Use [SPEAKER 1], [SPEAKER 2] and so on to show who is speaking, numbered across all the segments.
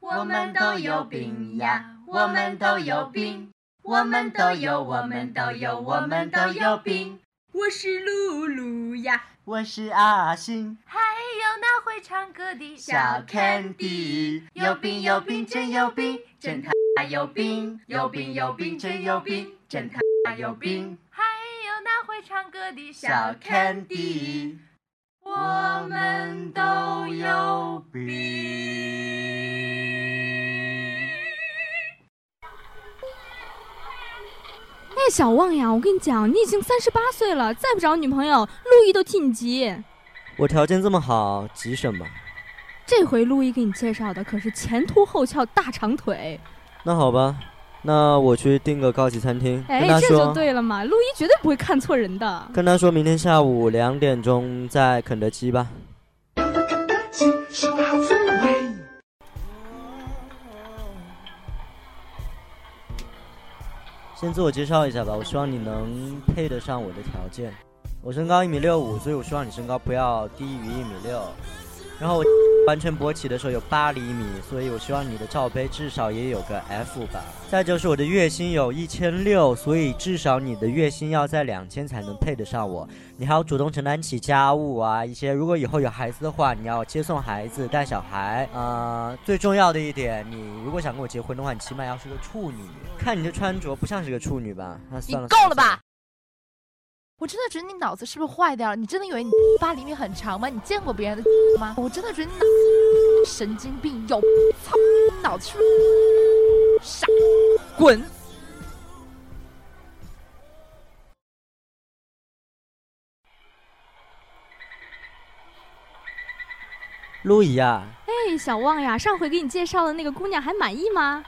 [SPEAKER 1] 我们都有病呀，我们都有病，我们都有，我们都有，我们都有病。我是露露呀，
[SPEAKER 2] 我是阿星，
[SPEAKER 3] 还有那会唱歌的
[SPEAKER 1] 小 Candy，有病有病真有病，真他有病，有病有病真有病，真他有病，
[SPEAKER 3] 还有那会唱歌的
[SPEAKER 1] 小 Candy，我们都有病。
[SPEAKER 4] 那哎小旺呀，我跟你讲，你已经三十八岁了，再不找女朋友，陆毅都替你急。
[SPEAKER 5] 我条件这么好，急什么？
[SPEAKER 4] 这回陆毅给你介绍的可是前凸后翘大长腿，
[SPEAKER 5] 那好吧，那我去订个高级餐厅，
[SPEAKER 4] 哎
[SPEAKER 5] 跟他，
[SPEAKER 4] 这就
[SPEAKER 5] 说，
[SPEAKER 4] 对了嘛，陆毅绝对不会看错人的。
[SPEAKER 5] 跟他说明天下午两点钟在肯德基吧。先自我介绍一下吧，我希望你能配得上我的条件。我身高一米六五，所以我希望你身高不要低于一米六。然后我 完全勃起的时候有八厘米，所以我希望你的罩杯至少也有个 F 吧。再就是我的月薪有一千六，所以至少你的月薪要在两千才能配得上我。你还要主动承担起家务啊，一些如果以后有孩子的话，你要接送孩子、带小孩。呃，最重要的一点，你如果想跟我结婚的话，你起码要是个处女。看你这穿着，不像是个处女吧？那
[SPEAKER 3] 你
[SPEAKER 5] 算了，
[SPEAKER 3] 够
[SPEAKER 5] 算
[SPEAKER 3] 了吧？？我真的觉得你脑子是不是坏掉了？你真的以为你八厘米很长吗？你见过别人的吗？我真的觉得你脑子神经病，有操，脑子是不是傻？滚！
[SPEAKER 5] 陆怡啊，
[SPEAKER 4] 哎，小旺呀，上回给你介绍的那个姑娘还满意吗？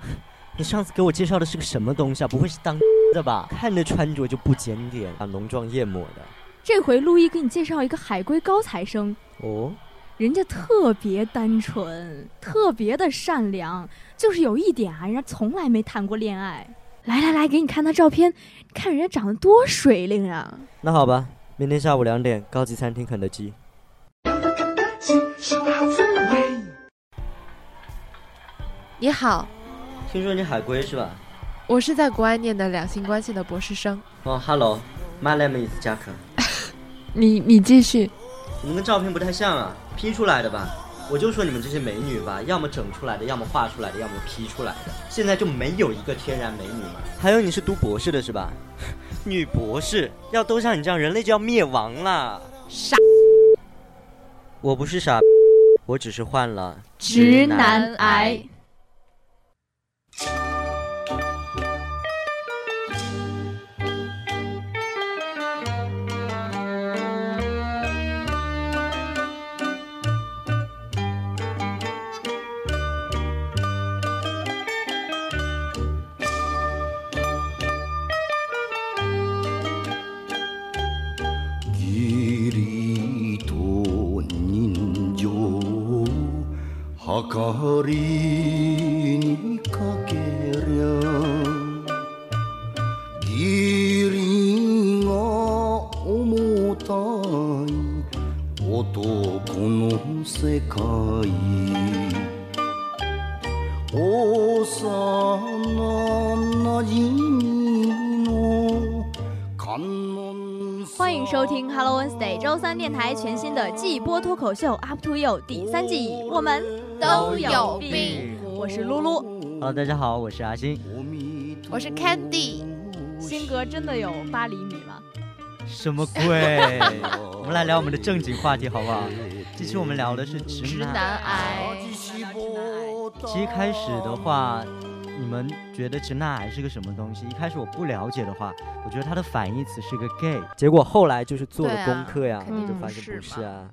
[SPEAKER 5] 你上次给我介绍的是个什么东西啊？不会是当的吧？看着穿着就不检点啊，浓妆艳抹的。
[SPEAKER 4] 这回陆毅给你介绍一个海归高材生，
[SPEAKER 5] 哦，
[SPEAKER 4] 人家特别单纯，特别的善良，就是有一点啊，人家从来没谈过恋爱。来来来，给你看他照片，你看人家长得多水灵啊！
[SPEAKER 5] 那好吧，明天下午两点，高级餐厅肯德基。
[SPEAKER 6] 你好，
[SPEAKER 5] 听说你海归是吧？
[SPEAKER 6] 我是在国外念的两性关系的博士生。
[SPEAKER 5] 哦，Hello，My name is Jack。
[SPEAKER 6] 你你继续，
[SPEAKER 5] 你们跟照片不太像啊，P 出来的吧？我就说你们这些美女吧，要么整出来的，要么画出来的，要么 P 出来的，现在就没有一个天然美女嘛。还有你是读博士的是吧？ 女博士，要都像你这样，人类就要灭亡了。
[SPEAKER 6] 傻
[SPEAKER 5] 我不是傻，我只是患了
[SPEAKER 4] 直男癌。
[SPEAKER 7] 義理と人情を計りにかけりゃ義理が重たい男の世界幼なじみの観音様
[SPEAKER 4] 欢迎收听 Hello Wednesday 周三电台全新的季播脱口秀 Up to You 第三季，我们都有病。
[SPEAKER 5] 哦
[SPEAKER 4] 我是露露，
[SPEAKER 5] Hello，大家哦好，我是阿星。
[SPEAKER 6] 我是 Candy。
[SPEAKER 4] 新歌真的有八厘米吗？
[SPEAKER 5] 什么鬼？ 我们来聊我们的正经话题好不好？这期我们聊的是直
[SPEAKER 6] 直
[SPEAKER 5] 男。
[SPEAKER 6] 男癌。
[SPEAKER 5] 其实开始的话，你们觉得直男癌是个什么东西？一开始我不了解的话，我觉得它的反义词是个 gay。结果后来就是做了
[SPEAKER 6] 对啊
[SPEAKER 5] 功课呀，
[SPEAKER 6] 肯
[SPEAKER 5] 你
[SPEAKER 4] 定
[SPEAKER 5] 就
[SPEAKER 4] 不
[SPEAKER 5] 发现不
[SPEAKER 6] 是
[SPEAKER 5] 是
[SPEAKER 6] 嘛
[SPEAKER 5] 啊，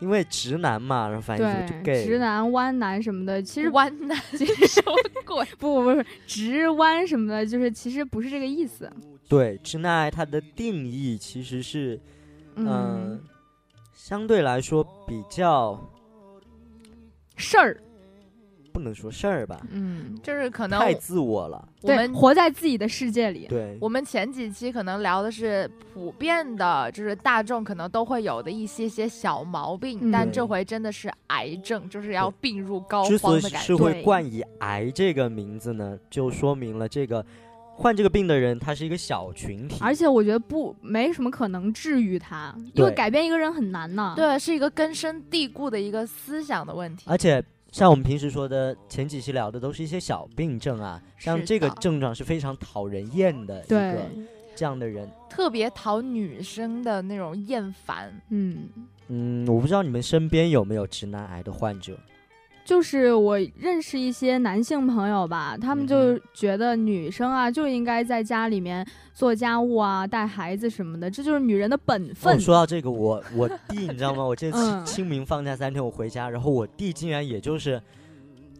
[SPEAKER 5] 因为直男嘛，然后反义词哎就 gay。
[SPEAKER 4] 直男、弯男什么的，其实
[SPEAKER 6] 弯男，
[SPEAKER 4] 其实什么鬼？ 不不不是直弯什么的，就是其实不是这个意思。
[SPEAKER 5] 对直男癌它的定义其实是，嗯、
[SPEAKER 4] 嗯，
[SPEAKER 5] 相对来说比较
[SPEAKER 4] 事儿
[SPEAKER 5] 不能说事儿吧，
[SPEAKER 6] 嗯，就是可能
[SPEAKER 5] 太自我了。
[SPEAKER 6] 我们
[SPEAKER 4] 对，活在自己的世界里。
[SPEAKER 5] 对，
[SPEAKER 6] 我们前几期可能聊的是普遍的，就是大众可能都会有的一些些小毛病，
[SPEAKER 4] 嗯
[SPEAKER 6] 但
[SPEAKER 5] 对
[SPEAKER 6] 这回真的是癌症，就是要病入膏
[SPEAKER 5] 之所
[SPEAKER 6] 肓
[SPEAKER 5] 以
[SPEAKER 6] 的感
[SPEAKER 5] 是
[SPEAKER 6] 觉。
[SPEAKER 5] 会
[SPEAKER 4] 对
[SPEAKER 5] 冠以“癌”这个名字呢，就说明了这个患这个病的人他是一个小群体，
[SPEAKER 4] 而且我觉得不没什么可能治愈他，因为
[SPEAKER 5] 对
[SPEAKER 4] 改变一个人很难呢。，
[SPEAKER 6] 对，是一个根深蒂固的一个思想的问题。
[SPEAKER 5] 而且像我们平时说的，前几期聊的都是一些小病症啊，像
[SPEAKER 6] 是
[SPEAKER 5] 这个
[SPEAKER 6] 的
[SPEAKER 5] 症状是非常讨人厌的一
[SPEAKER 4] 对
[SPEAKER 5] 个这样的人。
[SPEAKER 6] 特别讨女生的那种厌烦。
[SPEAKER 4] 嗯，
[SPEAKER 5] 嗯，我不知道你们身边有没有直男癌的患者，
[SPEAKER 4] 就是我认识一些男性朋友吧，他们就
[SPEAKER 5] 嗯
[SPEAKER 4] 觉得女生啊就应该在家里面做家务啊、带孩子什么的，这就是女人的本
[SPEAKER 5] 我、
[SPEAKER 4] 分。
[SPEAKER 5] 哦、说到这个，我我弟你知道吗？我这次
[SPEAKER 4] 嗯
[SPEAKER 5] 清明放假三天，我回家，然后我弟竟然也就是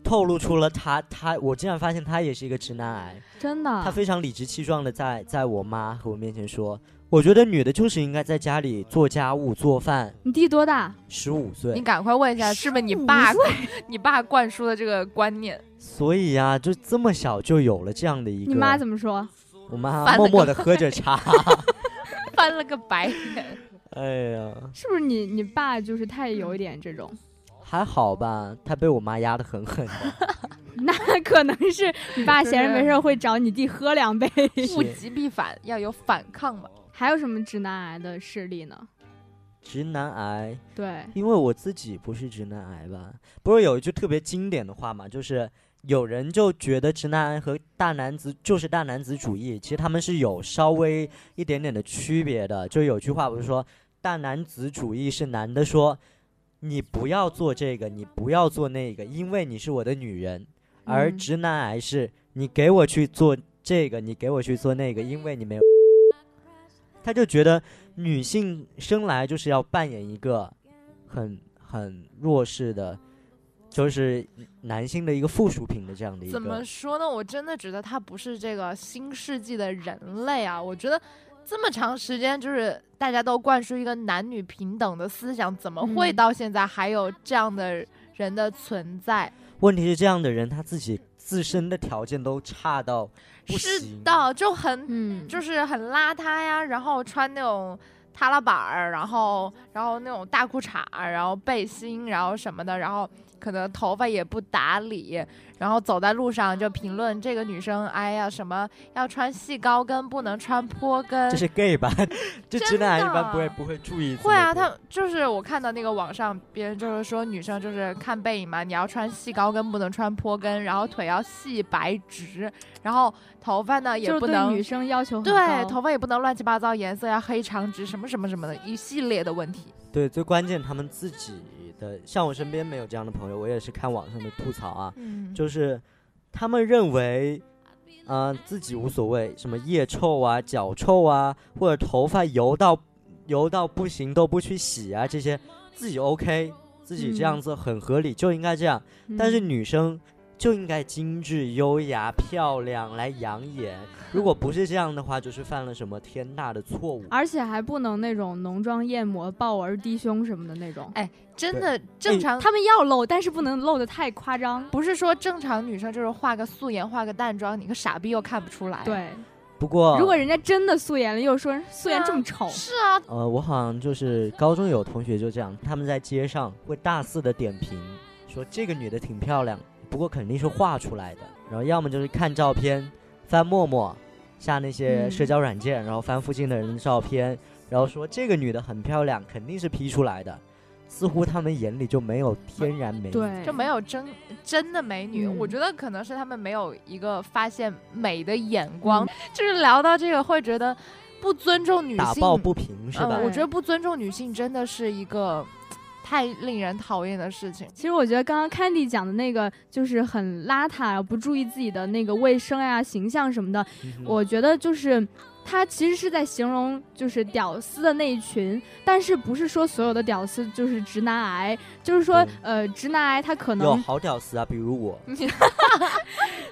[SPEAKER 5] 透露出了他他，我竟然发现他也是一个直男癌，
[SPEAKER 4] 真的，
[SPEAKER 5] 他非常理直气壮的在在我妈和我面前说，我觉得女的就是应该在家里做家务做饭。
[SPEAKER 4] 你弟多大？
[SPEAKER 5] 十五
[SPEAKER 6] 你
[SPEAKER 5] 岁，
[SPEAKER 6] 赶快问一下，是不是你爸 你爸灌输的这个观念？
[SPEAKER 5] 所以呀、就这么小就有了这样的一个。
[SPEAKER 4] 你妈怎么说？
[SPEAKER 5] 我妈
[SPEAKER 6] 翻了
[SPEAKER 5] 默
[SPEAKER 6] 个
[SPEAKER 5] 默的喝着茶。
[SPEAKER 6] 翻了个白 眼。
[SPEAKER 5] 哎呀，
[SPEAKER 4] 是不是你你爸就是太有一点这种？
[SPEAKER 5] 还好吧，她被我妈压得很狠的。
[SPEAKER 4] 那可能是你爸闲着没事儿会找你弟喝两杯。
[SPEAKER 6] 物极必反，要有反抗嘛。
[SPEAKER 4] 还有什么直男癌的事例呢？
[SPEAKER 5] 直男癌，
[SPEAKER 4] 对，
[SPEAKER 5] 因为我自己不是直男癌吧？不是有一句特别经典的话嘛，就是有人就觉得直男癌和大男子就是大男子主义，其实他们是有稍微一点点的区别的。就有句话不是说大男子主义是男的说你不要做这个，你不要做那个，因为你是我的女人；而
[SPEAKER 4] 嗯
[SPEAKER 5] 直男癌是你给我去做这个，你给我去做那个，因为你没有。他就觉得女性生来就是要扮演一个很很弱势的，就是男性的一个附属品的这样的一
[SPEAKER 6] 怎么
[SPEAKER 5] 个。
[SPEAKER 6] 说呢？我真的觉得他不是这个新世纪的人类啊！我觉得这么长时间就是大家都灌输一个男女平等的思想，怎么会
[SPEAKER 4] 嗯
[SPEAKER 6] 到现在还有这样的人的存在？
[SPEAKER 5] 问题是这样的人他自己自身的条件都差到不
[SPEAKER 6] 是
[SPEAKER 5] 行。
[SPEAKER 6] 的，就很
[SPEAKER 4] 嗯，
[SPEAKER 6] 就是很邋遢呀，然后穿那种。塌拉板儿，然后，然后那种大裤衩儿，然后背心，然后什么的，然后可能头发也不打理，然后走在路上就评论这个女生，哎呀，什么要穿细高跟，不能穿坡跟
[SPEAKER 5] 这，是 gay 吧？这直男癌一般不会
[SPEAKER 6] 真的
[SPEAKER 5] 不会注意这么多。
[SPEAKER 6] 会啊，他就是我看到那个网上别人就是说女生就是看背影嘛，你要穿细高跟，不能穿坡跟，然后腿要细白直，然后头发呢也
[SPEAKER 4] 嗯就是
[SPEAKER 6] 不
[SPEAKER 4] 对
[SPEAKER 6] 能
[SPEAKER 4] 女生要求很
[SPEAKER 6] 对，
[SPEAKER 4] 高
[SPEAKER 6] 头发也不能乱七八糟，颜色呀黑长直什么什么什么的，一系列的问题。
[SPEAKER 5] 对，最关键他们自己的，像我身边没有这样的朋友，我也是看网上的吐槽啊，
[SPEAKER 6] 嗯，
[SPEAKER 5] 就是他们认为，啊、自己无所谓，什么腋臭啊、脚臭啊，或者头发油到油到不行都不去洗啊，这些自己 OK，自己这样
[SPEAKER 4] 嗯
[SPEAKER 5] 子很合理，就应该这样。但是
[SPEAKER 4] 嗯
[SPEAKER 5] 女生就应该精致、优雅、漂亮来养眼，如果不是这样的话，就是犯了什么天大的错误。
[SPEAKER 4] 而且还不能那种浓妆艳抹、抱儿低胸什么的那种。
[SPEAKER 6] 哎真的
[SPEAKER 5] 哎
[SPEAKER 6] 正常，
[SPEAKER 4] 他们要露，但是不能露的太夸张。
[SPEAKER 6] 不是说正常女生就是化个素颜、化个淡妆，你个傻逼又看不出来。，
[SPEAKER 4] 对，
[SPEAKER 5] 不过，
[SPEAKER 4] 如果人家真的素颜了，又说素颜这么丑，
[SPEAKER 6] 是啊，
[SPEAKER 5] 呃，我好像就是高中有同学就这样，他们在街上会大肆的点评，说这个女的挺漂亮，不过肯定是画出来的，然后要么就是看照片，翻陌陌，下那些
[SPEAKER 4] 嗯
[SPEAKER 5] 社交软件，然后翻附近的人的照片，然后说这个女的很漂亮，肯定是 P 出来的，似乎他们眼里就没有天然美。，
[SPEAKER 4] 对，
[SPEAKER 6] 就没有真真的美女。
[SPEAKER 4] 嗯
[SPEAKER 6] 我觉得可能是他们没有一个发现美的眼光，就是聊到这个会觉得不尊重女性，
[SPEAKER 5] 打抱不平是吧
[SPEAKER 6] 嗯？我觉
[SPEAKER 4] 对
[SPEAKER 6] 得不尊重女性真的是一个太令人讨厌的事情。
[SPEAKER 4] 其实我觉得刚刚 Candy 讲的那个就是很邋遢，啊不注意自己的那个卫生呀、形象什么的，
[SPEAKER 5] 嗯哼
[SPEAKER 4] 我觉得就是。他其实是在形容就是屌丝的那一群，但是不是说所有的屌丝就是直男癌，就是说
[SPEAKER 5] 对
[SPEAKER 4] 呃直男癌他可
[SPEAKER 5] 有
[SPEAKER 4] 能嗯
[SPEAKER 5] 好屌丝啊，比如我，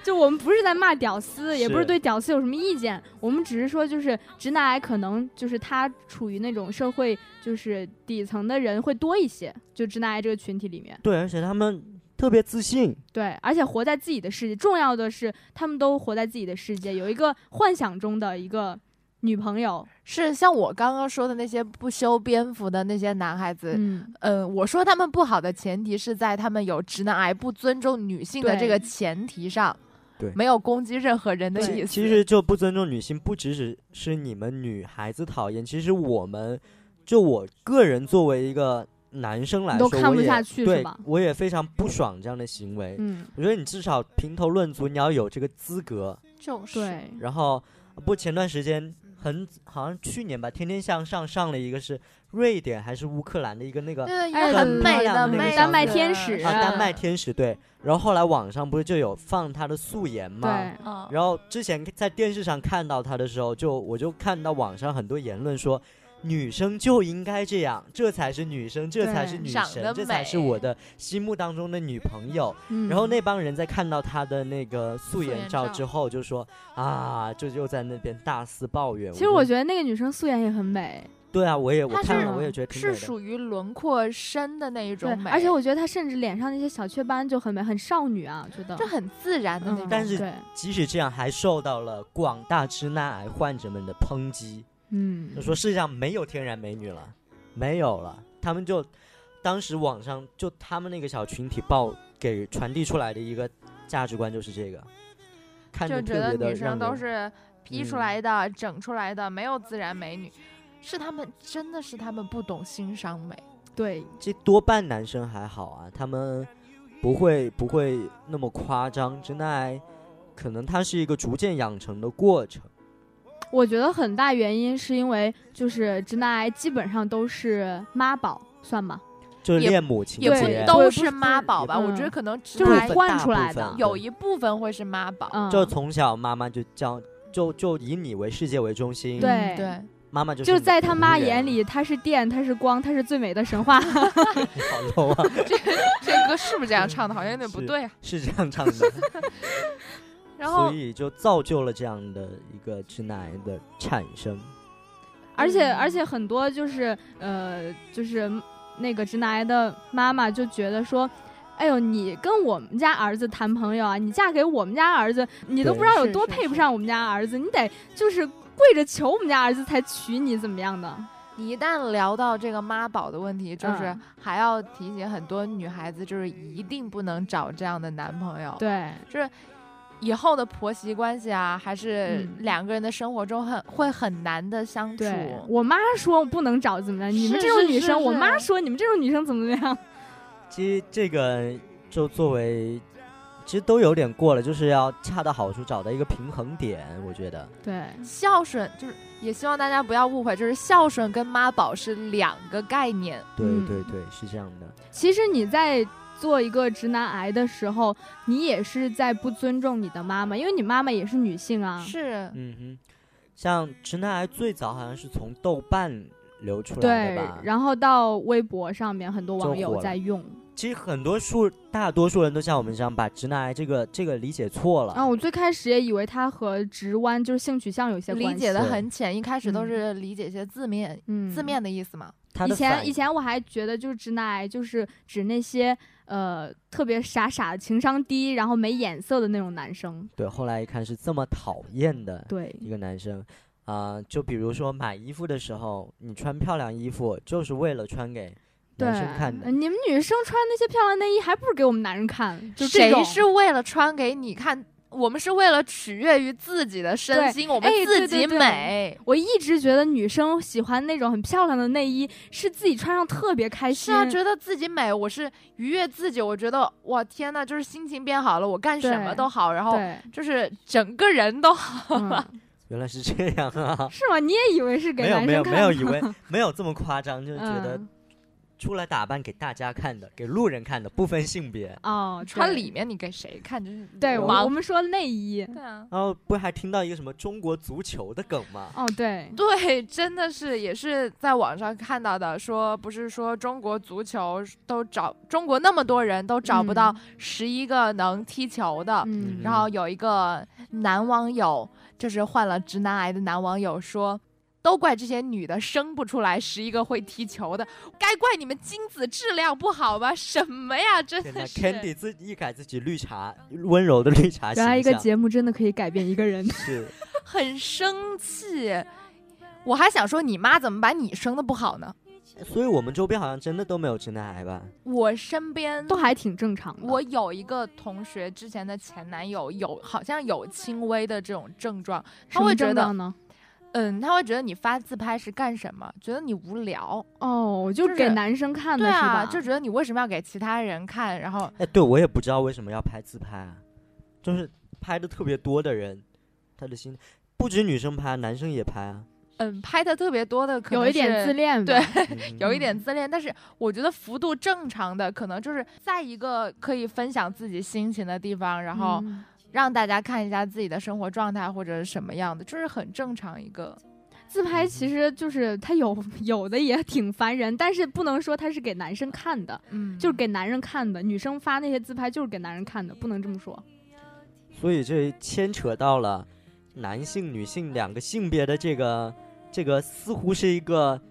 [SPEAKER 4] 就我们不是在骂屌丝，也不
[SPEAKER 5] 是
[SPEAKER 4] 是对屌丝有什么意见，我们只是说就是直男癌可能就是他处于那种社会就是底层的人会多一些，就直男癌这个群体里面，
[SPEAKER 5] 对，而且他们特别自信。
[SPEAKER 4] 对，而且活在自己的世界。重要的是，他们都活在自己的世界，有一个幻想中的一个女朋友。
[SPEAKER 6] 是像我刚刚说的那些不修边幅的那些男孩子，
[SPEAKER 4] 嗯，
[SPEAKER 6] 嗯、我说他们不好的前提是在他们有直男癌、不尊重女性的
[SPEAKER 4] 对
[SPEAKER 6] 这个前提上，
[SPEAKER 5] 对
[SPEAKER 6] 没有攻击任何人的
[SPEAKER 5] 其
[SPEAKER 6] 意思。
[SPEAKER 5] 其实就不尊重女性，不只只是你们女孩子讨厌，其实我们，就我个人作为一个男生来
[SPEAKER 4] 你都
[SPEAKER 5] 说，
[SPEAKER 4] 看
[SPEAKER 5] 我
[SPEAKER 4] 不
[SPEAKER 5] 也
[SPEAKER 4] 下去是
[SPEAKER 5] 对
[SPEAKER 4] 吧，
[SPEAKER 5] 我也非常不爽这样的行为。
[SPEAKER 4] 嗯，
[SPEAKER 5] 我觉得你至少评头论足，你要有这个资格。
[SPEAKER 6] 就是
[SPEAKER 4] 对，
[SPEAKER 5] 然后，不，前段时间很好像去年吧，《天天向上》上了一个是瑞典还是乌克兰的一个那个啊
[SPEAKER 6] 对，一
[SPEAKER 4] 哎
[SPEAKER 6] 个很
[SPEAKER 5] 很漂
[SPEAKER 6] 美
[SPEAKER 5] 亮的
[SPEAKER 6] 的
[SPEAKER 5] 那个
[SPEAKER 6] 妹子，
[SPEAKER 5] 丹麦
[SPEAKER 4] 天使啊
[SPEAKER 5] 丹麦天使对，然后后来网上不是就有放她的素颜吗？
[SPEAKER 4] 对，
[SPEAKER 6] 嗯
[SPEAKER 5] 然后之前在电视上看到他的时候，就我就看到网上很多言论说，女生就应该这样，这才是女生，这才是女
[SPEAKER 6] 长得
[SPEAKER 5] 神，这才是
[SPEAKER 6] 美
[SPEAKER 5] 我的心目当中的女朋友。
[SPEAKER 4] 嗯
[SPEAKER 5] 然后那帮人在看到他的那个素颜
[SPEAKER 6] 颜
[SPEAKER 5] 照
[SPEAKER 6] 照
[SPEAKER 5] 之后，就说啊，就又在那边大肆抱怨。
[SPEAKER 4] 其实我
[SPEAKER 5] 就
[SPEAKER 4] 觉得那个女生素颜也很美，
[SPEAKER 5] 对啊，我也我
[SPEAKER 6] 她
[SPEAKER 5] 看
[SPEAKER 6] 是
[SPEAKER 5] 了，我也觉得挺
[SPEAKER 6] 是
[SPEAKER 5] 美的。
[SPEAKER 6] 属于轮廓深的那一
[SPEAKER 4] 对
[SPEAKER 6] 种美，，
[SPEAKER 4] 而且我觉得她甚至脸上那些小雀斑就很美，很少女啊，觉得
[SPEAKER 6] 这。很自然的那种。
[SPEAKER 4] 嗯
[SPEAKER 5] 但是
[SPEAKER 4] 对，
[SPEAKER 5] 即使这样，还受到了广大直男癌患者们的抨击。
[SPEAKER 4] 嗯
[SPEAKER 5] 就，说世界上没有天然美女了，没有了。他们就当时网上就他们那个小群体报给传递出来的一个价值观就是这个，看
[SPEAKER 6] 就
[SPEAKER 5] 着
[SPEAKER 6] 觉
[SPEAKER 5] 特
[SPEAKER 6] 得
[SPEAKER 5] 别的
[SPEAKER 6] 女
[SPEAKER 5] 让
[SPEAKER 6] 生都
[SPEAKER 5] 人。嗯
[SPEAKER 6] 是 P 出来的、整出来的，没有自然美女，是他们真的是他们不懂欣赏美。
[SPEAKER 4] 对，
[SPEAKER 5] 这多半男生还好啊，他们不会不会那么夸张，真爱可能它是一个逐渐养成的过程。
[SPEAKER 4] 我觉得很大原因是因为就是直男癌基本上都是妈宝，算吧，
[SPEAKER 5] 就是
[SPEAKER 6] 也
[SPEAKER 5] 恋母情
[SPEAKER 6] 也不
[SPEAKER 5] 节，
[SPEAKER 4] 对
[SPEAKER 6] 都
[SPEAKER 4] 不
[SPEAKER 6] 是
[SPEAKER 4] 是
[SPEAKER 6] 妈宝吧？
[SPEAKER 4] 嗯
[SPEAKER 6] 我觉得可能直
[SPEAKER 4] 就是
[SPEAKER 6] 男
[SPEAKER 5] 部分
[SPEAKER 4] 惯
[SPEAKER 5] 大
[SPEAKER 4] 出来
[SPEAKER 5] 部分
[SPEAKER 4] 的
[SPEAKER 6] 有一部分会是妈宝。
[SPEAKER 4] 嗯，
[SPEAKER 5] 就从小妈妈就教，就就以你为世界为中心，
[SPEAKER 4] 对
[SPEAKER 6] 嗯对，
[SPEAKER 5] 妈妈就
[SPEAKER 4] 就是是
[SPEAKER 5] 你
[SPEAKER 4] 在
[SPEAKER 5] 的
[SPEAKER 4] 他
[SPEAKER 5] 仆
[SPEAKER 4] 妈
[SPEAKER 5] 人
[SPEAKER 4] 眼，里，她是电，她是光，她是最美的神话。
[SPEAKER 5] 好 low 啊。
[SPEAKER 6] 这歌是不是这样唱的？好像有点不对啊。
[SPEAKER 5] 是这样唱的，
[SPEAKER 6] 然后
[SPEAKER 5] 所以就造就了这样的一个直男癌的产生。
[SPEAKER 4] 而且
[SPEAKER 6] 嗯
[SPEAKER 4] 而且很多就是呃，就是那个直男癌的妈妈就觉得说。哎呦，你跟我们家儿子谈朋友啊？你嫁给我们家儿子，你都
[SPEAKER 5] 对
[SPEAKER 4] 不知道有
[SPEAKER 6] 是
[SPEAKER 4] 多
[SPEAKER 6] 是
[SPEAKER 4] 配不
[SPEAKER 6] 是
[SPEAKER 4] 上我们家儿子，你得就是跪着求我们家儿子才娶你，怎么样的？
[SPEAKER 6] 你一旦聊到这个妈宝的问题，就是
[SPEAKER 4] 嗯
[SPEAKER 6] 还要提醒很多女孩子，就是一定不能找这样的男朋友。
[SPEAKER 4] 对，
[SPEAKER 6] 以后的婆媳关系啊，还是
[SPEAKER 4] 嗯
[SPEAKER 6] 两个人的生活中很会很难的相处。
[SPEAKER 4] 对我妈说不能找怎么样，你们
[SPEAKER 6] 是
[SPEAKER 4] 这种
[SPEAKER 6] 是
[SPEAKER 4] 女
[SPEAKER 6] 是
[SPEAKER 4] 生，我
[SPEAKER 6] 是
[SPEAKER 4] 妈说你们这种女生怎么样？
[SPEAKER 5] 其实这个就作为，其实都有点过了，就是要恰到好处，找到一个平衡点。我觉得，
[SPEAKER 4] 对，
[SPEAKER 6] 孝顺就是，也希望大家不要误会，就是孝顺跟妈宝是两个概念。
[SPEAKER 5] 对
[SPEAKER 4] 嗯
[SPEAKER 5] 对对，是这样的。
[SPEAKER 4] 其实你在做一个直男癌的时候，你也是在不尊重你的妈妈，因为你妈妈也是女性啊。
[SPEAKER 6] 是，
[SPEAKER 5] 嗯哼，像直男癌最早好像是从豆瓣流出来
[SPEAKER 4] 对
[SPEAKER 5] 的吧，？
[SPEAKER 4] 然后到微博上面很多网
[SPEAKER 5] 就火
[SPEAKER 4] 友
[SPEAKER 5] 了
[SPEAKER 4] 在用。
[SPEAKER 5] 其实很多数大多数人都像我们这样把直男癌这个这个理解错了。
[SPEAKER 4] 啊，我最开始也以为它和直弯就是性取向有些关
[SPEAKER 6] 理
[SPEAKER 4] 系。
[SPEAKER 6] 解的
[SPEAKER 5] 对
[SPEAKER 6] 很浅，一开始都是理解一些字面、
[SPEAKER 4] 嗯，
[SPEAKER 6] 字面的意思嘛。
[SPEAKER 5] 他
[SPEAKER 4] 以
[SPEAKER 5] 的
[SPEAKER 4] 前
[SPEAKER 5] 反
[SPEAKER 4] 以前我还觉得就是直男癌就是指那些呃特别傻傻的、情商低，然后没眼色的那种男生。
[SPEAKER 5] 对，后来一看是这么讨厌的，
[SPEAKER 4] 对，
[SPEAKER 5] 一个男生，啊、就比如说买衣服的时候，你穿漂亮衣服就是为了穿给
[SPEAKER 4] 对嗯
[SPEAKER 5] 男生看，的，
[SPEAKER 4] 你们女生穿那些漂亮内衣，还不如给我们男人看？就这
[SPEAKER 6] 谁
[SPEAKER 4] 种
[SPEAKER 6] 是为了穿给你看？我们是为了取悦于自己的身
[SPEAKER 4] 对
[SPEAKER 6] 心，我们
[SPEAKER 4] 哎
[SPEAKER 6] 自
[SPEAKER 4] 对对
[SPEAKER 6] 己
[SPEAKER 4] 对
[SPEAKER 6] 美。
[SPEAKER 4] 我一直觉得女生喜欢那种很漂亮的内衣，是自己穿上特别开
[SPEAKER 6] 是
[SPEAKER 4] 心。
[SPEAKER 6] 啊，觉得自己美，我是愉悦自己。我觉得哇，天呐，就是心情变好了，我干什么
[SPEAKER 4] 对
[SPEAKER 6] 都好，然后
[SPEAKER 4] 对，
[SPEAKER 6] 就是整个人都好。
[SPEAKER 4] 嗯，
[SPEAKER 5] 原来是这样啊
[SPEAKER 4] 是吗？你也以为是 给
[SPEAKER 5] 没有
[SPEAKER 4] 男
[SPEAKER 5] 没
[SPEAKER 4] 生
[SPEAKER 5] 有
[SPEAKER 4] 看
[SPEAKER 5] 没有
[SPEAKER 4] 的
[SPEAKER 5] 以为没有这么夸 张，就是觉得
[SPEAKER 4] 嗯
[SPEAKER 5] 出来打扮给大家看的，给路人看的，不分性别。
[SPEAKER 4] 哦，
[SPEAKER 6] 穿
[SPEAKER 4] 对
[SPEAKER 6] 里面你给谁看？就是
[SPEAKER 4] 对，我
[SPEAKER 6] 王
[SPEAKER 4] 我们说内衣，
[SPEAKER 6] 对啊，
[SPEAKER 5] 然后不还听到一个什么中国足球的梗 吗？
[SPEAKER 4] 哦对，
[SPEAKER 6] 对，真的是也是在网上看到的，说不是说中国足球都找中国那么多人都找不到十一个能踢球的，
[SPEAKER 4] 嗯，
[SPEAKER 6] 然后有一个男网友就是患了直男癌的男网友说。都怪这些女的生不出来十一个会踢球的，该怪你们精子质量不好吧？什么呀，真
[SPEAKER 5] 天呐
[SPEAKER 6] 的是
[SPEAKER 5] Candy 自己一改自己绿茶温柔的绿茶形
[SPEAKER 4] 原来一个
[SPEAKER 5] 象，
[SPEAKER 4] 节目真的可以改变一个人。
[SPEAKER 5] 是
[SPEAKER 6] 很生气。我还想说，你妈怎么把你生的不好呢？
[SPEAKER 5] 所以我们周边好像真的都没有直男癌吧？
[SPEAKER 6] 我身边
[SPEAKER 4] 都还挺正常的。
[SPEAKER 6] 我有一个同学之前的前男友有好像有轻微的这种症状，
[SPEAKER 4] 什
[SPEAKER 6] 他
[SPEAKER 4] 么
[SPEAKER 6] 会觉
[SPEAKER 4] 症状
[SPEAKER 6] 得，
[SPEAKER 4] 呢？
[SPEAKER 6] 嗯，他会觉得你发自拍是干什么？觉得你无聊，
[SPEAKER 4] 哦，就
[SPEAKER 6] 就是
[SPEAKER 4] 给男生看的
[SPEAKER 6] 对
[SPEAKER 4] 是
[SPEAKER 6] 啊，
[SPEAKER 4] 吧？
[SPEAKER 6] 就觉得你为什么要给其他人看？然后
[SPEAKER 5] 哎，对我也不知道为什么要拍自拍啊，就是拍的特别多的人，他的心不止女生拍，男生也拍 啊。
[SPEAKER 6] 嗯，拍的特别多的可能
[SPEAKER 4] 有一点
[SPEAKER 6] 是
[SPEAKER 4] 自恋吧。
[SPEAKER 6] 对
[SPEAKER 5] 嗯
[SPEAKER 6] 有一点自恋，但是我觉得幅度正常的，可能就是在一个可以分享自己心情的地方，然后
[SPEAKER 4] 嗯
[SPEAKER 6] 让大家看一下自己的生活状态或者是什么样的，就是很正常一个。
[SPEAKER 4] 自拍其实就是他有 有的也挺烦人，但是不能说他是给男生看的，
[SPEAKER 6] 嗯，
[SPEAKER 4] 就是给男人看的。女生发那些自拍就是给男人看的，不能这么说。
[SPEAKER 5] 所以这牵扯到了男性、女性两个性别的这个这个，似乎是一个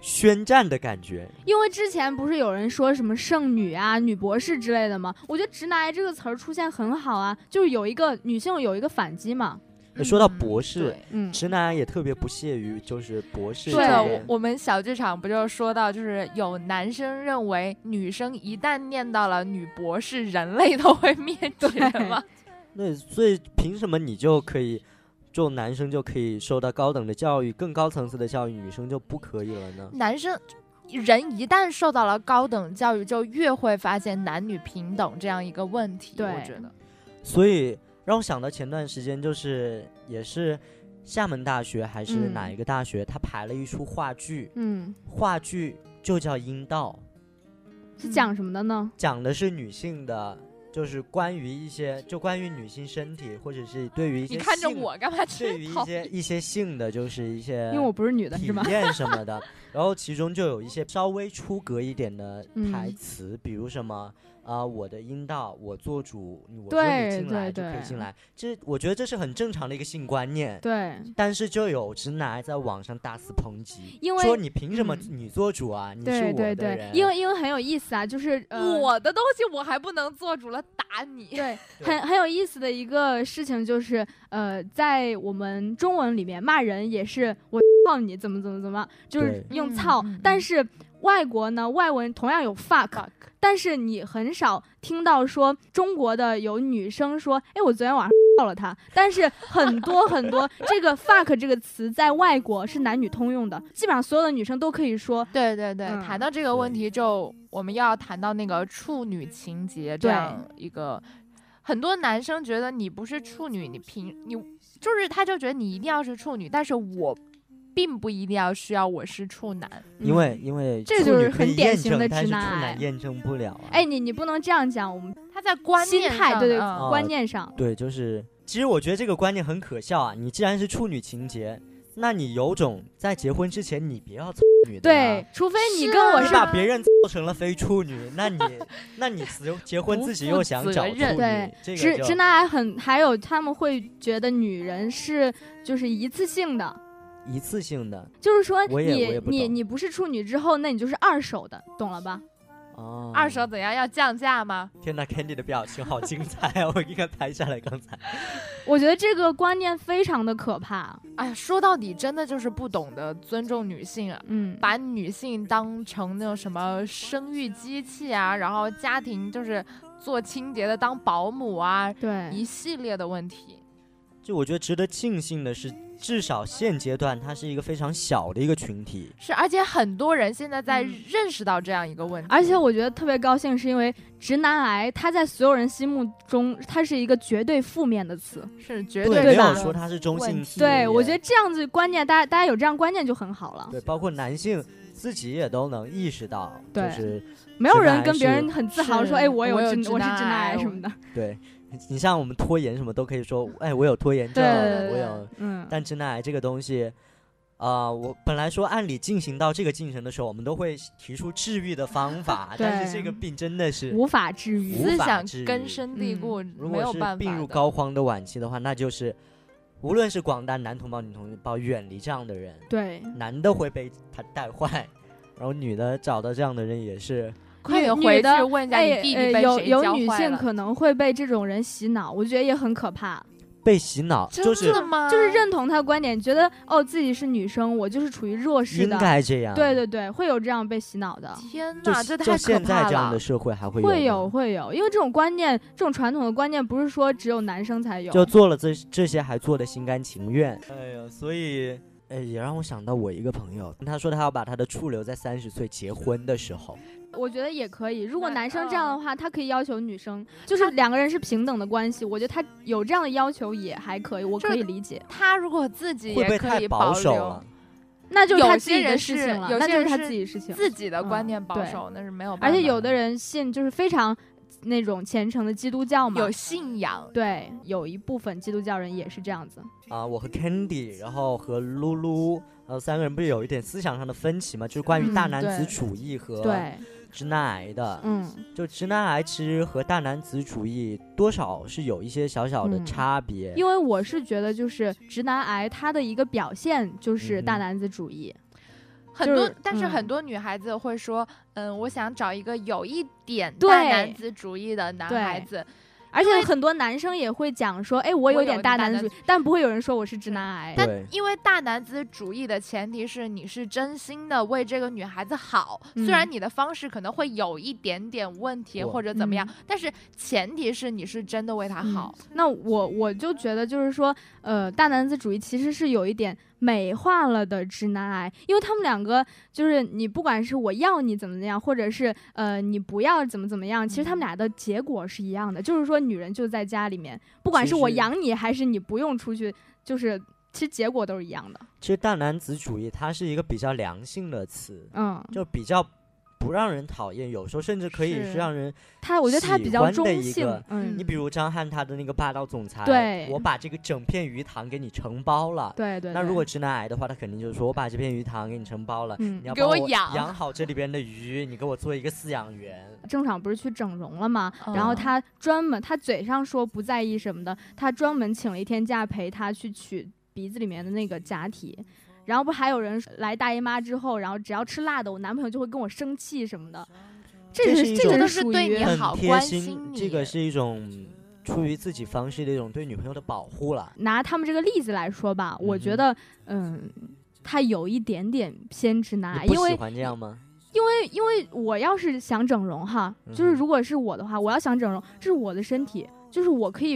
[SPEAKER 5] 宣战的感觉。
[SPEAKER 4] 因为之前不是有人说什么剩女啊、女博士之类的吗？我觉得“直男癌”这个词儿出现很好啊，就是有一个女性有一个反击嘛。
[SPEAKER 5] 呃说到
[SPEAKER 6] 嗯
[SPEAKER 5] 博士，
[SPEAKER 6] 对
[SPEAKER 4] 嗯，
[SPEAKER 5] 直男癌也特别不屑于就是博士
[SPEAKER 6] 是
[SPEAKER 5] 这
[SPEAKER 6] 的，
[SPEAKER 5] 个
[SPEAKER 6] 啊我
[SPEAKER 5] 人
[SPEAKER 6] 我们小剧场不就说到，就是有男生认为女生一旦念到了女博士，人类都会 灭绝
[SPEAKER 4] 对
[SPEAKER 6] 吗？
[SPEAKER 5] 那所以凭什么你就可以，就男生就可以受到高等的教育、更高层次的教育，女生就不可以了呢？
[SPEAKER 6] 男生人一旦受到了高等教育，就越会发现男女平等这样一个问题。
[SPEAKER 4] 对
[SPEAKER 6] 我觉得，
[SPEAKER 5] 所以让我想到前段时间，就是也是厦门大学还是
[SPEAKER 4] 嗯
[SPEAKER 5] 哪一个大学，他排了一出话剧，
[SPEAKER 4] 嗯，
[SPEAKER 5] 话剧就叫《阴道》，
[SPEAKER 4] 是讲什么的呢？
[SPEAKER 5] 讲的是女性的，就是关于一些就关于女性身体，或者是对于一些
[SPEAKER 6] 你看着
[SPEAKER 5] 性
[SPEAKER 6] 我干嘛？
[SPEAKER 5] 对 于一些一些性的，就是一些
[SPEAKER 4] 因为我不是女的，
[SPEAKER 5] 体
[SPEAKER 4] 是 吧？
[SPEAKER 5] 验什么的，然后其中就有一些稍微出格一点的台
[SPEAKER 4] 嗯
[SPEAKER 5] 词，比如什么啊、我的阴道我做主，你我说
[SPEAKER 4] 对
[SPEAKER 5] 你进来就
[SPEAKER 4] 对
[SPEAKER 5] 可以
[SPEAKER 4] 对
[SPEAKER 5] 进来，这我觉得这是很正常的一个性观念，
[SPEAKER 4] 对，
[SPEAKER 5] 但是就有直男在网上大肆抨击，
[SPEAKER 4] 因
[SPEAKER 5] 说
[SPEAKER 4] 为
[SPEAKER 5] 你凭什么
[SPEAKER 4] 嗯
[SPEAKER 5] 你做主啊？你
[SPEAKER 4] 对
[SPEAKER 5] 是我的
[SPEAKER 4] 对
[SPEAKER 5] 人，
[SPEAKER 4] 对，因为因为很有意思啊，就是、呃、
[SPEAKER 6] 我的东西我还不能做主了，打你！
[SPEAKER 4] 对
[SPEAKER 5] 对
[SPEAKER 4] 很很有意思的一个事情就是，呃，在我们中文里面骂人也是我 操你怎么怎么怎么，就是
[SPEAKER 6] 对
[SPEAKER 4] 用
[SPEAKER 6] 嗯
[SPEAKER 4] 操，
[SPEAKER 6] 嗯
[SPEAKER 4] 但
[SPEAKER 6] 嗯
[SPEAKER 4] 是外国呢外文同样有 fuck，但是你很少听到说中国的有女生说，哎，我昨天晚上 。到了他，但是很多很多这个 fuck 这个词在外国是男女通用的，基本上所有的女生都可以说
[SPEAKER 6] 对对对，
[SPEAKER 4] 嗯
[SPEAKER 6] 谈到这个问题就，我们要谈到那个处女情节这
[SPEAKER 4] 对
[SPEAKER 6] 样一个，很多男生觉得你不是处女，你凭你就是他就觉得你一定要是处女，但是我并不一定要需要我是处男。
[SPEAKER 5] 因为因为
[SPEAKER 4] 嗯这
[SPEAKER 5] 处
[SPEAKER 4] 就
[SPEAKER 5] 女
[SPEAKER 4] 是
[SPEAKER 5] 可
[SPEAKER 4] 很
[SPEAKER 5] 以
[SPEAKER 4] 典
[SPEAKER 5] 验
[SPEAKER 4] 型
[SPEAKER 5] 证
[SPEAKER 4] 的
[SPEAKER 5] 但
[SPEAKER 4] 直
[SPEAKER 5] 是处
[SPEAKER 4] 男癌
[SPEAKER 5] 男验证不了啊。
[SPEAKER 4] 哎，你你不能这样讲，我们
[SPEAKER 6] 他在观
[SPEAKER 4] 心
[SPEAKER 6] 念
[SPEAKER 4] 态
[SPEAKER 6] 上
[SPEAKER 4] 对对、
[SPEAKER 6] 嗯
[SPEAKER 4] 观念上，
[SPEAKER 5] 对，就是其实我觉得这个观念很可笑啊！你既然是处女情节，那你有种在结婚之前你别要做女的呀、
[SPEAKER 4] 对，啊除非你
[SPEAKER 6] 是
[SPEAKER 4] 跟我
[SPEAKER 5] 你
[SPEAKER 4] 是啊
[SPEAKER 5] 把别人做成了非处女，那你那你结结婚
[SPEAKER 6] 不
[SPEAKER 5] 自己
[SPEAKER 6] 负
[SPEAKER 5] 又想
[SPEAKER 6] 责
[SPEAKER 5] 找处
[SPEAKER 6] 任
[SPEAKER 5] 女
[SPEAKER 4] 对，
[SPEAKER 5] 这个
[SPEAKER 4] 直
[SPEAKER 5] 就
[SPEAKER 4] 直男癌很，还有他们会觉得女人是就是一次性的，
[SPEAKER 5] 一次性的
[SPEAKER 4] 就是说
[SPEAKER 5] 我也我
[SPEAKER 4] 你
[SPEAKER 5] 也不
[SPEAKER 4] 你
[SPEAKER 5] 懂
[SPEAKER 4] 你不是处女之后，那你就是二手的，懂了吧？
[SPEAKER 5] 哦。
[SPEAKER 6] 二手怎样要降价吗？
[SPEAKER 5] 天呐，Candy 的表情好精彩啊！我应该拍下来刚才。
[SPEAKER 4] 我觉得这个观念非常的可怕，啊
[SPEAKER 6] 哎呀，说到底，真的就是不懂得尊重女性啊。
[SPEAKER 4] 嗯，
[SPEAKER 6] 把女性当成那种什么生育机器啊，然后家庭就是做清洁的当保姆啊，一
[SPEAKER 4] 对，
[SPEAKER 6] 系列的问题。
[SPEAKER 5] 就我觉得值得庆幸的是，至少现阶段它是一个非常小的一个群体。
[SPEAKER 6] 是，而且很多人现在在
[SPEAKER 4] 嗯
[SPEAKER 6] 认识到这样一个问题，
[SPEAKER 4] 而且我觉得特别高兴，是因为直男癌，它在所有人心目中，它是一个绝对负面的词。
[SPEAKER 5] 嗯
[SPEAKER 6] 是绝
[SPEAKER 4] 对
[SPEAKER 5] 没
[SPEAKER 4] 吧
[SPEAKER 5] 有说它是中性
[SPEAKER 6] 问
[SPEAKER 5] 词。
[SPEAKER 4] 对，我觉得这样子观念，大家大家有这样观念就很好了，
[SPEAKER 5] 对，包括男性自己也都能意识到，就
[SPEAKER 4] 对
[SPEAKER 5] 是
[SPEAKER 4] 没有
[SPEAKER 5] 直男
[SPEAKER 4] 人跟别人很自豪
[SPEAKER 6] 是
[SPEAKER 4] 说，哎，我有
[SPEAKER 6] 我有
[SPEAKER 4] 直
[SPEAKER 6] 直
[SPEAKER 4] 我是
[SPEAKER 6] 男
[SPEAKER 4] 直
[SPEAKER 6] 癌
[SPEAKER 4] 男癌什
[SPEAKER 6] 我
[SPEAKER 4] 么的，
[SPEAKER 5] 对你像我们拖延什么都可以说，哎，我有拖延
[SPEAKER 4] 对
[SPEAKER 5] 症，
[SPEAKER 4] 对对
[SPEAKER 5] 我有。
[SPEAKER 4] 嗯，
[SPEAKER 5] 但直男癌这个东西，啊、我本来说按理进行到这个进程的时候，我们都会提出治愈的方法，但是
[SPEAKER 4] 对
[SPEAKER 5] 这个病真的是，
[SPEAKER 4] 无法治愈。
[SPEAKER 5] 无
[SPEAKER 6] 思
[SPEAKER 5] 法
[SPEAKER 6] 想
[SPEAKER 5] 治愈
[SPEAKER 6] 根深蒂
[SPEAKER 4] 嗯
[SPEAKER 6] 固，
[SPEAKER 5] 如
[SPEAKER 6] 没
[SPEAKER 5] 果
[SPEAKER 6] 有
[SPEAKER 5] 是
[SPEAKER 6] 办法
[SPEAKER 5] 病入
[SPEAKER 6] 的
[SPEAKER 5] 膏肓的晚期的话，那就是无论是广大男同胞、女同胞，远离这样的人，
[SPEAKER 4] 对，
[SPEAKER 5] 男的会被他带坏，然后女的找到这样的人也是
[SPEAKER 6] 快点
[SPEAKER 4] 女
[SPEAKER 6] 回去
[SPEAKER 4] 的
[SPEAKER 6] 问一下
[SPEAKER 4] 哎
[SPEAKER 6] 你弟弟
[SPEAKER 4] 呃
[SPEAKER 6] 被
[SPEAKER 4] 有
[SPEAKER 6] 谁
[SPEAKER 4] 有
[SPEAKER 6] 教
[SPEAKER 4] 女
[SPEAKER 6] 坏
[SPEAKER 4] 性
[SPEAKER 6] 了。
[SPEAKER 4] 可能会被这种人洗脑，我觉得也很可怕。
[SPEAKER 5] 被洗脑， 就
[SPEAKER 6] 真
[SPEAKER 5] 是
[SPEAKER 6] 的吗？
[SPEAKER 4] 就是认同他的观点，觉得哦自己是女生，我就是处于弱势
[SPEAKER 5] 应
[SPEAKER 4] 的。
[SPEAKER 5] 该这样。
[SPEAKER 4] 对对对，会有这样被洗脑的，
[SPEAKER 6] 天
[SPEAKER 5] 就
[SPEAKER 6] 哪，这太
[SPEAKER 5] 就
[SPEAKER 6] 可
[SPEAKER 5] 现在
[SPEAKER 6] 怕
[SPEAKER 5] 这样
[SPEAKER 6] 了
[SPEAKER 5] 的！社会还会
[SPEAKER 4] 会有
[SPEAKER 5] 有吗
[SPEAKER 4] 会有，因为这种观念，这种传统的观念，不是说只有男生才有。
[SPEAKER 5] 就做了这这些还做的心甘情愿。哎呀，所以。哎，也让我想到我一个朋友，他说他要把他的处留在三十岁结婚的时候，
[SPEAKER 4] 我觉得也可以，如果
[SPEAKER 6] 那嗯
[SPEAKER 4] 男生这样的话，他可以要求女生，就是两个人是平等的关系。我觉得他有这样的要求也还可以，我
[SPEAKER 6] 就
[SPEAKER 4] 可
[SPEAKER 6] 是
[SPEAKER 4] 以理解。
[SPEAKER 6] 他如果自己
[SPEAKER 5] 会不会
[SPEAKER 6] 也可
[SPEAKER 5] 太
[SPEAKER 6] 以
[SPEAKER 5] 保守
[SPEAKER 6] 留
[SPEAKER 5] 了？
[SPEAKER 4] 那就是
[SPEAKER 6] 有
[SPEAKER 4] 他
[SPEAKER 6] 些
[SPEAKER 4] 自己的
[SPEAKER 6] 人
[SPEAKER 4] 事
[SPEAKER 6] 是
[SPEAKER 4] 情了，
[SPEAKER 6] 有
[SPEAKER 4] 那
[SPEAKER 6] 些
[SPEAKER 4] 就是
[SPEAKER 6] 人
[SPEAKER 4] 他
[SPEAKER 6] 是
[SPEAKER 4] 自己事情。
[SPEAKER 6] 自己的观
[SPEAKER 4] 嗯
[SPEAKER 6] 念保
[SPEAKER 4] 对
[SPEAKER 6] 守那是没有办
[SPEAKER 4] 而
[SPEAKER 6] 法的，
[SPEAKER 4] 且有的人信就是非常那种虔诚的基督教嘛
[SPEAKER 6] 有，信仰，
[SPEAKER 4] 对，有一部分基督教人也是这样子。
[SPEAKER 5] 啊，我和 Candy，然后和露露，然后三个人不是有一点思想上的分歧嘛，就是关于大
[SPEAKER 4] 嗯
[SPEAKER 5] 男
[SPEAKER 4] 对
[SPEAKER 5] 子主义和
[SPEAKER 4] 对，
[SPEAKER 5] 直男癌的。
[SPEAKER 4] 嗯，
[SPEAKER 5] 就直男癌其实和大男子主义多少是有一些小小的
[SPEAKER 4] 嗯
[SPEAKER 5] 差别。
[SPEAKER 4] 因为我是觉得就是直男癌它的一个表现就是
[SPEAKER 6] 嗯
[SPEAKER 4] 大男子主义，
[SPEAKER 6] 很
[SPEAKER 4] 就
[SPEAKER 6] 多
[SPEAKER 4] 是，
[SPEAKER 6] 但是
[SPEAKER 4] 嗯
[SPEAKER 6] 很多女孩子会说，嗯，我想找一个有一点
[SPEAKER 4] 对
[SPEAKER 6] 大男子主义的男孩子，
[SPEAKER 4] 而且
[SPEAKER 6] 因为
[SPEAKER 4] 很多男生也会讲说，哎，我
[SPEAKER 6] 我
[SPEAKER 4] 有
[SPEAKER 6] 有
[SPEAKER 4] 点
[SPEAKER 6] 点
[SPEAKER 4] 大
[SPEAKER 6] 大
[SPEAKER 4] 男
[SPEAKER 6] 男
[SPEAKER 4] 子主义
[SPEAKER 6] 子，
[SPEAKER 4] 但不会有人说我是直男癌。
[SPEAKER 5] 对
[SPEAKER 6] 但因为大男子主义的前提是你是真心的为这个女孩子好，
[SPEAKER 4] 嗯
[SPEAKER 6] 虽然你的方式可能会有一点点问题
[SPEAKER 5] 我
[SPEAKER 6] 或者怎么样，
[SPEAKER 4] 嗯
[SPEAKER 6] 但是前提是你是真的为她好。
[SPEAKER 4] 那我我就觉得就是说，呃，大男子主义其实是有一点美化了的直男癌，因为他们两个就是你不管是我要你怎么怎么样，或者是呃你不要怎么怎么样，其实
[SPEAKER 5] 嗯
[SPEAKER 4] 他们俩的结果是一样的，就是说女人就在家里面，不管
[SPEAKER 5] 其
[SPEAKER 4] 是我
[SPEAKER 5] 实
[SPEAKER 4] 养你还是你不用出去，就是其实结果都是一样的。
[SPEAKER 5] 其实大男子主义它是一个比较良性的词，
[SPEAKER 4] 嗯，
[SPEAKER 5] 就比较不让人讨厌，有时候甚至可以
[SPEAKER 6] 是
[SPEAKER 5] 是让人。
[SPEAKER 4] 他我觉得他比
[SPEAKER 5] 喜
[SPEAKER 4] 较
[SPEAKER 5] 欢
[SPEAKER 4] 中
[SPEAKER 5] 的一
[SPEAKER 4] 性
[SPEAKER 5] 个，
[SPEAKER 4] 嗯
[SPEAKER 5] 你，比如张翰他的那个霸道总裁，
[SPEAKER 4] 对
[SPEAKER 5] 我把这个整片鱼塘给你承包了。
[SPEAKER 4] 对对。
[SPEAKER 5] 那
[SPEAKER 4] 对
[SPEAKER 5] 如果直男癌的话，他肯定就是说我把这片鱼塘给你承包了，
[SPEAKER 4] 嗯
[SPEAKER 5] 你要
[SPEAKER 6] 给
[SPEAKER 5] 帮
[SPEAKER 6] 我
[SPEAKER 5] 我
[SPEAKER 6] 养
[SPEAKER 5] 养好这里边的鱼，你给我做一个饲 养员。
[SPEAKER 4] 郑爽不是去整容了吗？
[SPEAKER 6] 嗯
[SPEAKER 4] 然后她专门，她嘴上说不在意什么的，她专门请了一天假陪她去取鼻子里面的那个假体。然后不还有人来大姨妈之后，然后只要吃辣的，我男朋友就会跟我生气什么的。
[SPEAKER 5] 这
[SPEAKER 4] 是
[SPEAKER 5] 是一
[SPEAKER 4] 这
[SPEAKER 5] 种
[SPEAKER 4] 个
[SPEAKER 6] 都
[SPEAKER 4] 是
[SPEAKER 6] 是
[SPEAKER 4] 属
[SPEAKER 6] 对
[SPEAKER 4] 于
[SPEAKER 6] 你好
[SPEAKER 5] 很贴
[SPEAKER 6] 关
[SPEAKER 5] 心
[SPEAKER 6] 心，
[SPEAKER 5] 这
[SPEAKER 6] 你
[SPEAKER 5] 个是一种出于自己方式的一种对女朋友的保护了。
[SPEAKER 4] 拿他们这个例子来说吧，我觉
[SPEAKER 5] 嗯
[SPEAKER 4] 得，嗯，他有一点点偏直男癌，啊
[SPEAKER 5] 你
[SPEAKER 4] 因
[SPEAKER 5] 不喜
[SPEAKER 4] 为
[SPEAKER 5] 欢这样吗？
[SPEAKER 4] 因为因为我要是想整容哈，就是
[SPEAKER 5] 嗯哼
[SPEAKER 4] 如果是我的话，我要想整容，这是我的身体，就是我可以，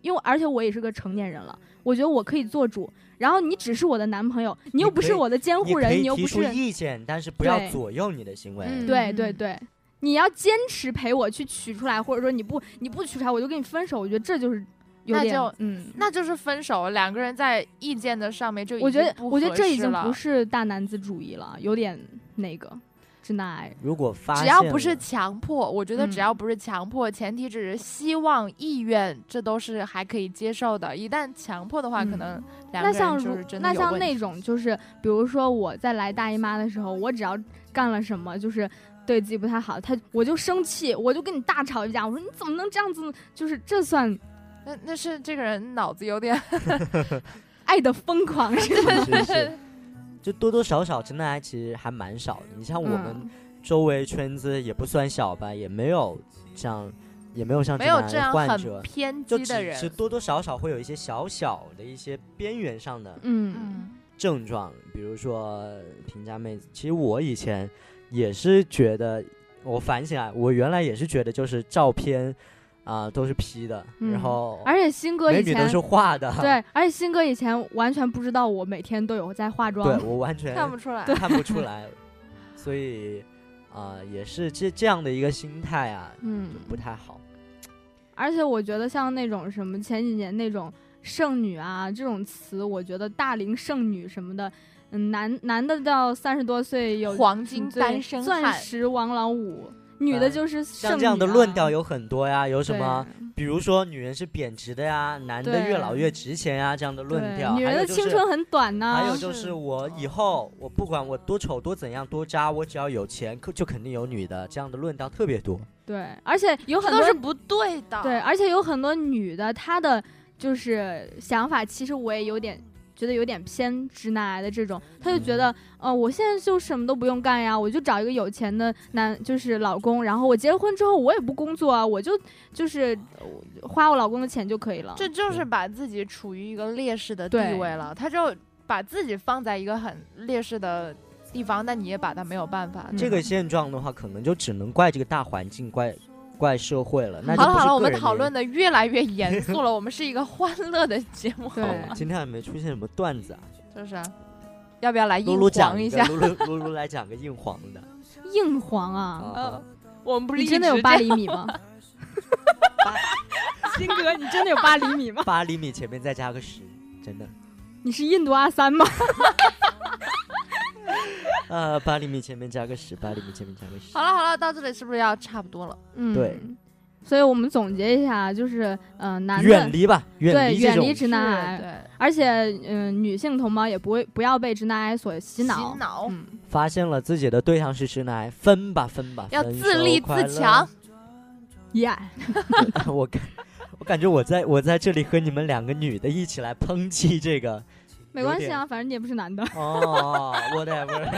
[SPEAKER 4] 因为而且我也是个成年人了，我觉得我可以做主。然后你只是我的男朋友，你又
[SPEAKER 5] 你
[SPEAKER 4] 不
[SPEAKER 5] 可
[SPEAKER 4] 是
[SPEAKER 5] 以
[SPEAKER 4] 我的监
[SPEAKER 5] 你
[SPEAKER 4] 护
[SPEAKER 5] 可
[SPEAKER 4] 人，你
[SPEAKER 5] 以
[SPEAKER 4] 又
[SPEAKER 5] 提
[SPEAKER 4] 不是
[SPEAKER 5] 出，意见，但是不要
[SPEAKER 4] 对
[SPEAKER 5] 左右你的行为。
[SPEAKER 6] 嗯
[SPEAKER 4] 对对
[SPEAKER 6] 嗯
[SPEAKER 4] 对，你要坚持陪我去取出来，或者说你不你不取出来，我就跟你分手。我觉得这就是有
[SPEAKER 6] 那
[SPEAKER 4] 点
[SPEAKER 6] 就
[SPEAKER 4] 嗯，
[SPEAKER 6] 那就是分手，两个人在意见的上面就已
[SPEAKER 4] 我觉
[SPEAKER 6] 经
[SPEAKER 4] 得
[SPEAKER 6] 不
[SPEAKER 4] 我觉得
[SPEAKER 6] 合
[SPEAKER 4] 这已
[SPEAKER 6] 适
[SPEAKER 4] 经
[SPEAKER 6] 了
[SPEAKER 4] 不是大男子主义了，有点那个直男癌。
[SPEAKER 5] 如果发
[SPEAKER 6] 只要
[SPEAKER 5] 现
[SPEAKER 6] 不是
[SPEAKER 5] 了
[SPEAKER 6] 强迫，我觉得
[SPEAKER 4] 嗯
[SPEAKER 6] 只要不是强迫，前提只是希望、意愿，这都是还可以接受的。一旦强迫的话，可
[SPEAKER 4] 嗯
[SPEAKER 6] 能两
[SPEAKER 4] 那
[SPEAKER 6] 个人
[SPEAKER 4] 像
[SPEAKER 6] 就
[SPEAKER 4] 如
[SPEAKER 6] 是真的
[SPEAKER 4] 那
[SPEAKER 6] 有
[SPEAKER 4] 像
[SPEAKER 6] 问
[SPEAKER 4] 那
[SPEAKER 6] 题
[SPEAKER 4] 种就是，比如说我在来大姨妈的时候，我只要干了什么，就是对自己不太好，他我就生气，我就跟你大吵一架，我说你怎么能这样子呢？就是这算
[SPEAKER 6] 那那是这个人脑子有点
[SPEAKER 4] 爱的疯狂是吗？
[SPEAKER 5] 是 是，就多多少少直男癌其实还蛮少的。你 像我们
[SPEAKER 4] 嗯
[SPEAKER 5] 周围圈子也不算小吧，也没有像也没有像
[SPEAKER 6] 没有
[SPEAKER 5] 直
[SPEAKER 6] 这
[SPEAKER 5] 男癌
[SPEAKER 6] 样
[SPEAKER 5] 患者
[SPEAKER 6] 很，偏
[SPEAKER 5] 就
[SPEAKER 6] 激的
[SPEAKER 5] 只
[SPEAKER 6] 人
[SPEAKER 5] 是。多多少少会有一些小小的一些边缘上的
[SPEAKER 4] 嗯，
[SPEAKER 6] 嗯，
[SPEAKER 5] 症状，比如说评价妹子。其实我以前也是觉得，我反省啊，我原来也是觉得就是照片啊、都是 P 的，
[SPEAKER 4] 嗯
[SPEAKER 5] 然后
[SPEAKER 4] 而且新哥
[SPEAKER 5] 美
[SPEAKER 4] 以
[SPEAKER 5] 女都
[SPEAKER 4] 前
[SPEAKER 5] 是画的，
[SPEAKER 4] 对，而且新哥以前完全不知道我每天都有在化
[SPEAKER 5] 对
[SPEAKER 4] 妆，
[SPEAKER 5] 我完全
[SPEAKER 6] 看不出来。
[SPEAKER 5] 看不出来，所以啊、也是这这样的一个心态啊，
[SPEAKER 4] 嗯
[SPEAKER 5] 就，不太好。
[SPEAKER 4] 而且我觉得像那种什么前几年那种剩女啊这种词，我觉得大龄剩女什么的，嗯，男男的到三十多岁有
[SPEAKER 6] 黄金单身
[SPEAKER 4] 嗯钻
[SPEAKER 6] 汉，
[SPEAKER 4] 石王老五，女的就是剩女啊、
[SPEAKER 5] 嗯像这样的论调有很多呀，有
[SPEAKER 4] 对
[SPEAKER 5] 什么？比如说女人是贬值的呀，男的
[SPEAKER 4] 对
[SPEAKER 5] 越老越值钱呀，这样的论
[SPEAKER 4] 对
[SPEAKER 5] 调。
[SPEAKER 4] 女
[SPEAKER 5] 还
[SPEAKER 4] 人的
[SPEAKER 5] 有就
[SPEAKER 4] 青
[SPEAKER 5] 是
[SPEAKER 4] 春啊很短呐、
[SPEAKER 5] 还有就是是我以后我不管我多丑多怎样多渣，我只要有钱，可就肯定有女的，这样的论调
[SPEAKER 4] 嗯
[SPEAKER 5] 特别多。
[SPEAKER 4] 对，而且有
[SPEAKER 6] 这
[SPEAKER 4] 很
[SPEAKER 6] 都
[SPEAKER 4] 多啊
[SPEAKER 6] 是不对的。
[SPEAKER 4] 对，而且有很多女的，她的就是想法，其实我也有点觉得有点偏直男癌的这种，他就
[SPEAKER 5] 嗯
[SPEAKER 4] 觉得，呃，我现在就什么都不用干呀，我就找一个有钱的男，就是老公，然后我结了婚之后我也不工作啊，我就就是呃花我老公的钱就可以了。
[SPEAKER 6] 这就是把自己处于一个劣势的地位了，他就把自己放在一个很劣势的地方，那你也把他没有办法。
[SPEAKER 5] 这个现状的话，可能就只能怪这个大环境，怪怪社会了。那就
[SPEAKER 6] 好了
[SPEAKER 5] 不是
[SPEAKER 6] 好了，我
[SPEAKER 5] 个
[SPEAKER 6] 们
[SPEAKER 5] 人
[SPEAKER 6] 讨
[SPEAKER 5] 原
[SPEAKER 6] 论的越来越严肃了，我们是一个 欢乐的节目，
[SPEAKER 4] 对
[SPEAKER 5] 因。今天还没出现什么段子啊，
[SPEAKER 6] 就是啊要不要来
[SPEAKER 5] 露
[SPEAKER 6] 硬
[SPEAKER 5] 露讲
[SPEAKER 6] 黄
[SPEAKER 5] 个
[SPEAKER 6] 下？
[SPEAKER 5] 露露露露来讲个硬黄 的
[SPEAKER 4] 硬黄
[SPEAKER 6] 嗯
[SPEAKER 4] 啊，
[SPEAKER 5] 啊。
[SPEAKER 6] 我们不是
[SPEAKER 4] 你真的
[SPEAKER 6] 一直
[SPEAKER 4] 有八
[SPEAKER 6] 这
[SPEAKER 4] 厘
[SPEAKER 6] 样
[SPEAKER 4] 米吗？ 金哥，你真的有八厘米吗？
[SPEAKER 5] 八厘米前面再加个十，真的。
[SPEAKER 4] 你是印度阿三 吗？
[SPEAKER 5] 呃，八厘米前面加个十，八厘米前面加个十。
[SPEAKER 6] 好了好了，到这里是不是要差不多了？
[SPEAKER 4] 嗯，
[SPEAKER 5] 对。
[SPEAKER 4] 所以我们总结一下，就是呃，男
[SPEAKER 5] 远
[SPEAKER 4] 的
[SPEAKER 5] 离吧，
[SPEAKER 4] 对
[SPEAKER 5] 离这
[SPEAKER 4] 远
[SPEAKER 5] 种
[SPEAKER 4] 离直男癌，
[SPEAKER 6] 是
[SPEAKER 4] 而且嗯、呃女性同胞也不会不要被直男癌所洗
[SPEAKER 6] 对，
[SPEAKER 4] 脑。
[SPEAKER 6] 洗脑，
[SPEAKER 4] 嗯，
[SPEAKER 5] 发现了自己的对象是直男癌，分吧分吧，
[SPEAKER 6] 要
[SPEAKER 5] 分
[SPEAKER 6] 自
[SPEAKER 5] 手
[SPEAKER 6] 立
[SPEAKER 5] 快
[SPEAKER 6] 自
[SPEAKER 5] 乐
[SPEAKER 6] 强。
[SPEAKER 4] 耶、
[SPEAKER 5] 我感我感觉我在我在这里和你们两个女的一起来抨击这个
[SPEAKER 4] 没关系啊，反正你也不是男的。
[SPEAKER 5] 哦 ，whatever。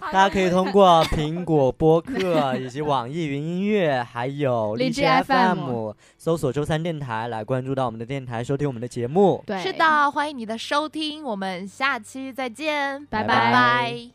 [SPEAKER 5] 大家可以通过苹果播客以及网易云音乐，还有
[SPEAKER 4] 荔
[SPEAKER 5] 荔
[SPEAKER 4] 枝
[SPEAKER 5] 枝
[SPEAKER 4] FM
[SPEAKER 5] FM 搜索“周三电台”来关注到我们的电台，收听我们的节目。
[SPEAKER 4] 对，
[SPEAKER 6] 是，的，欢迎你的收听，我们下期再见，
[SPEAKER 4] 拜
[SPEAKER 5] 拜
[SPEAKER 6] 拜
[SPEAKER 5] 拜
[SPEAKER 6] 拜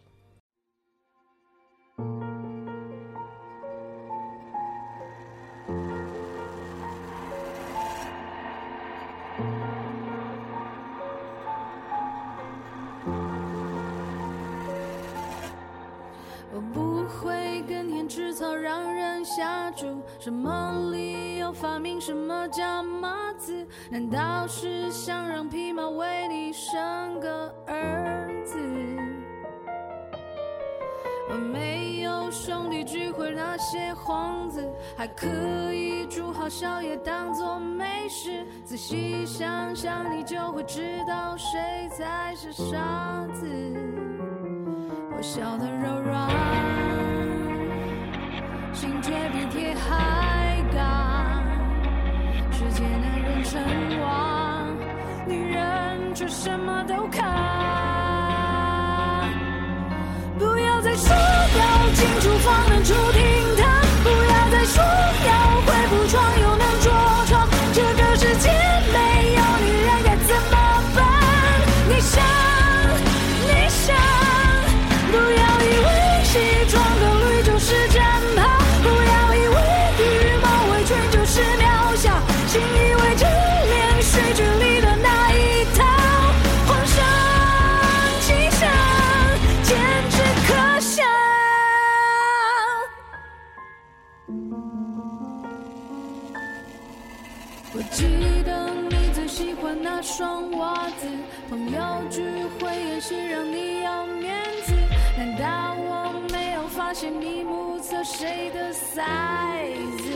[SPEAKER 8] 我不会耕田吃草，让人下注。什么理由发明什么叫麻子？难道是想让匹马为你生个儿子？我没有兄弟聚会那些幌子，还可以煮好宵夜当做美食。仔细想想，你就会知道谁才是傻子。我笑得柔软，心却比铁还刚。世界男人称王，女人却什么都扛。不要再说要进厨房能出厅堂，不要再说要会补妆又能着床，这个世界没有女人该怎么办？你想，你想，不要以为西装革履就是战袍，不要以为羽毛围裙就是渺小，请以为这连续剧里的那一套，皇上吉祥。简直可笑。我记得你最喜欢那双袜子，朋友聚会演戏让你要面子，难道我没有发现你目测谁的 size？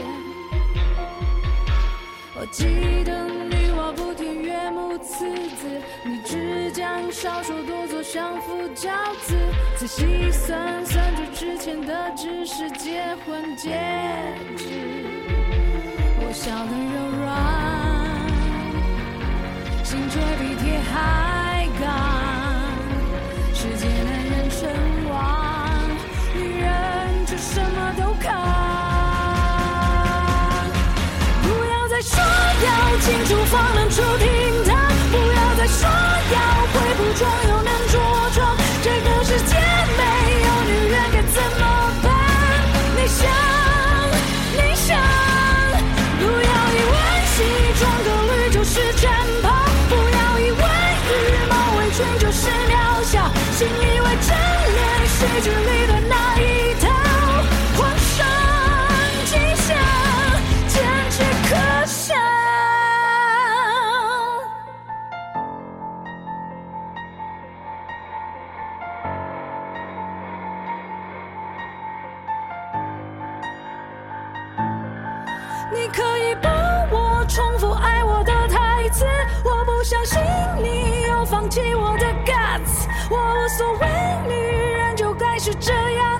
[SPEAKER 8] 我记得女娲补天，岳母刺字，你只讲少数多做，相夫教子。仔细算算这之前的只是结婚戒指。我笑得柔软，心却比铁还刚。世界男人称王，女人却什么都扛。不要再说要进厨房能出厅堂，不要再说要会补妆又能着装，这个世界没有女人该怎么办？你想，你想，不要以为西装革履就是战袍，不要以为羽毛围裙就是渺小，请以为这连续剧里的那一套，皇上吉祥。简直可笑。你可以帮我重复爱我的台词，我不相信你又放弃我的 guts，我无所谓，女人就该是这样。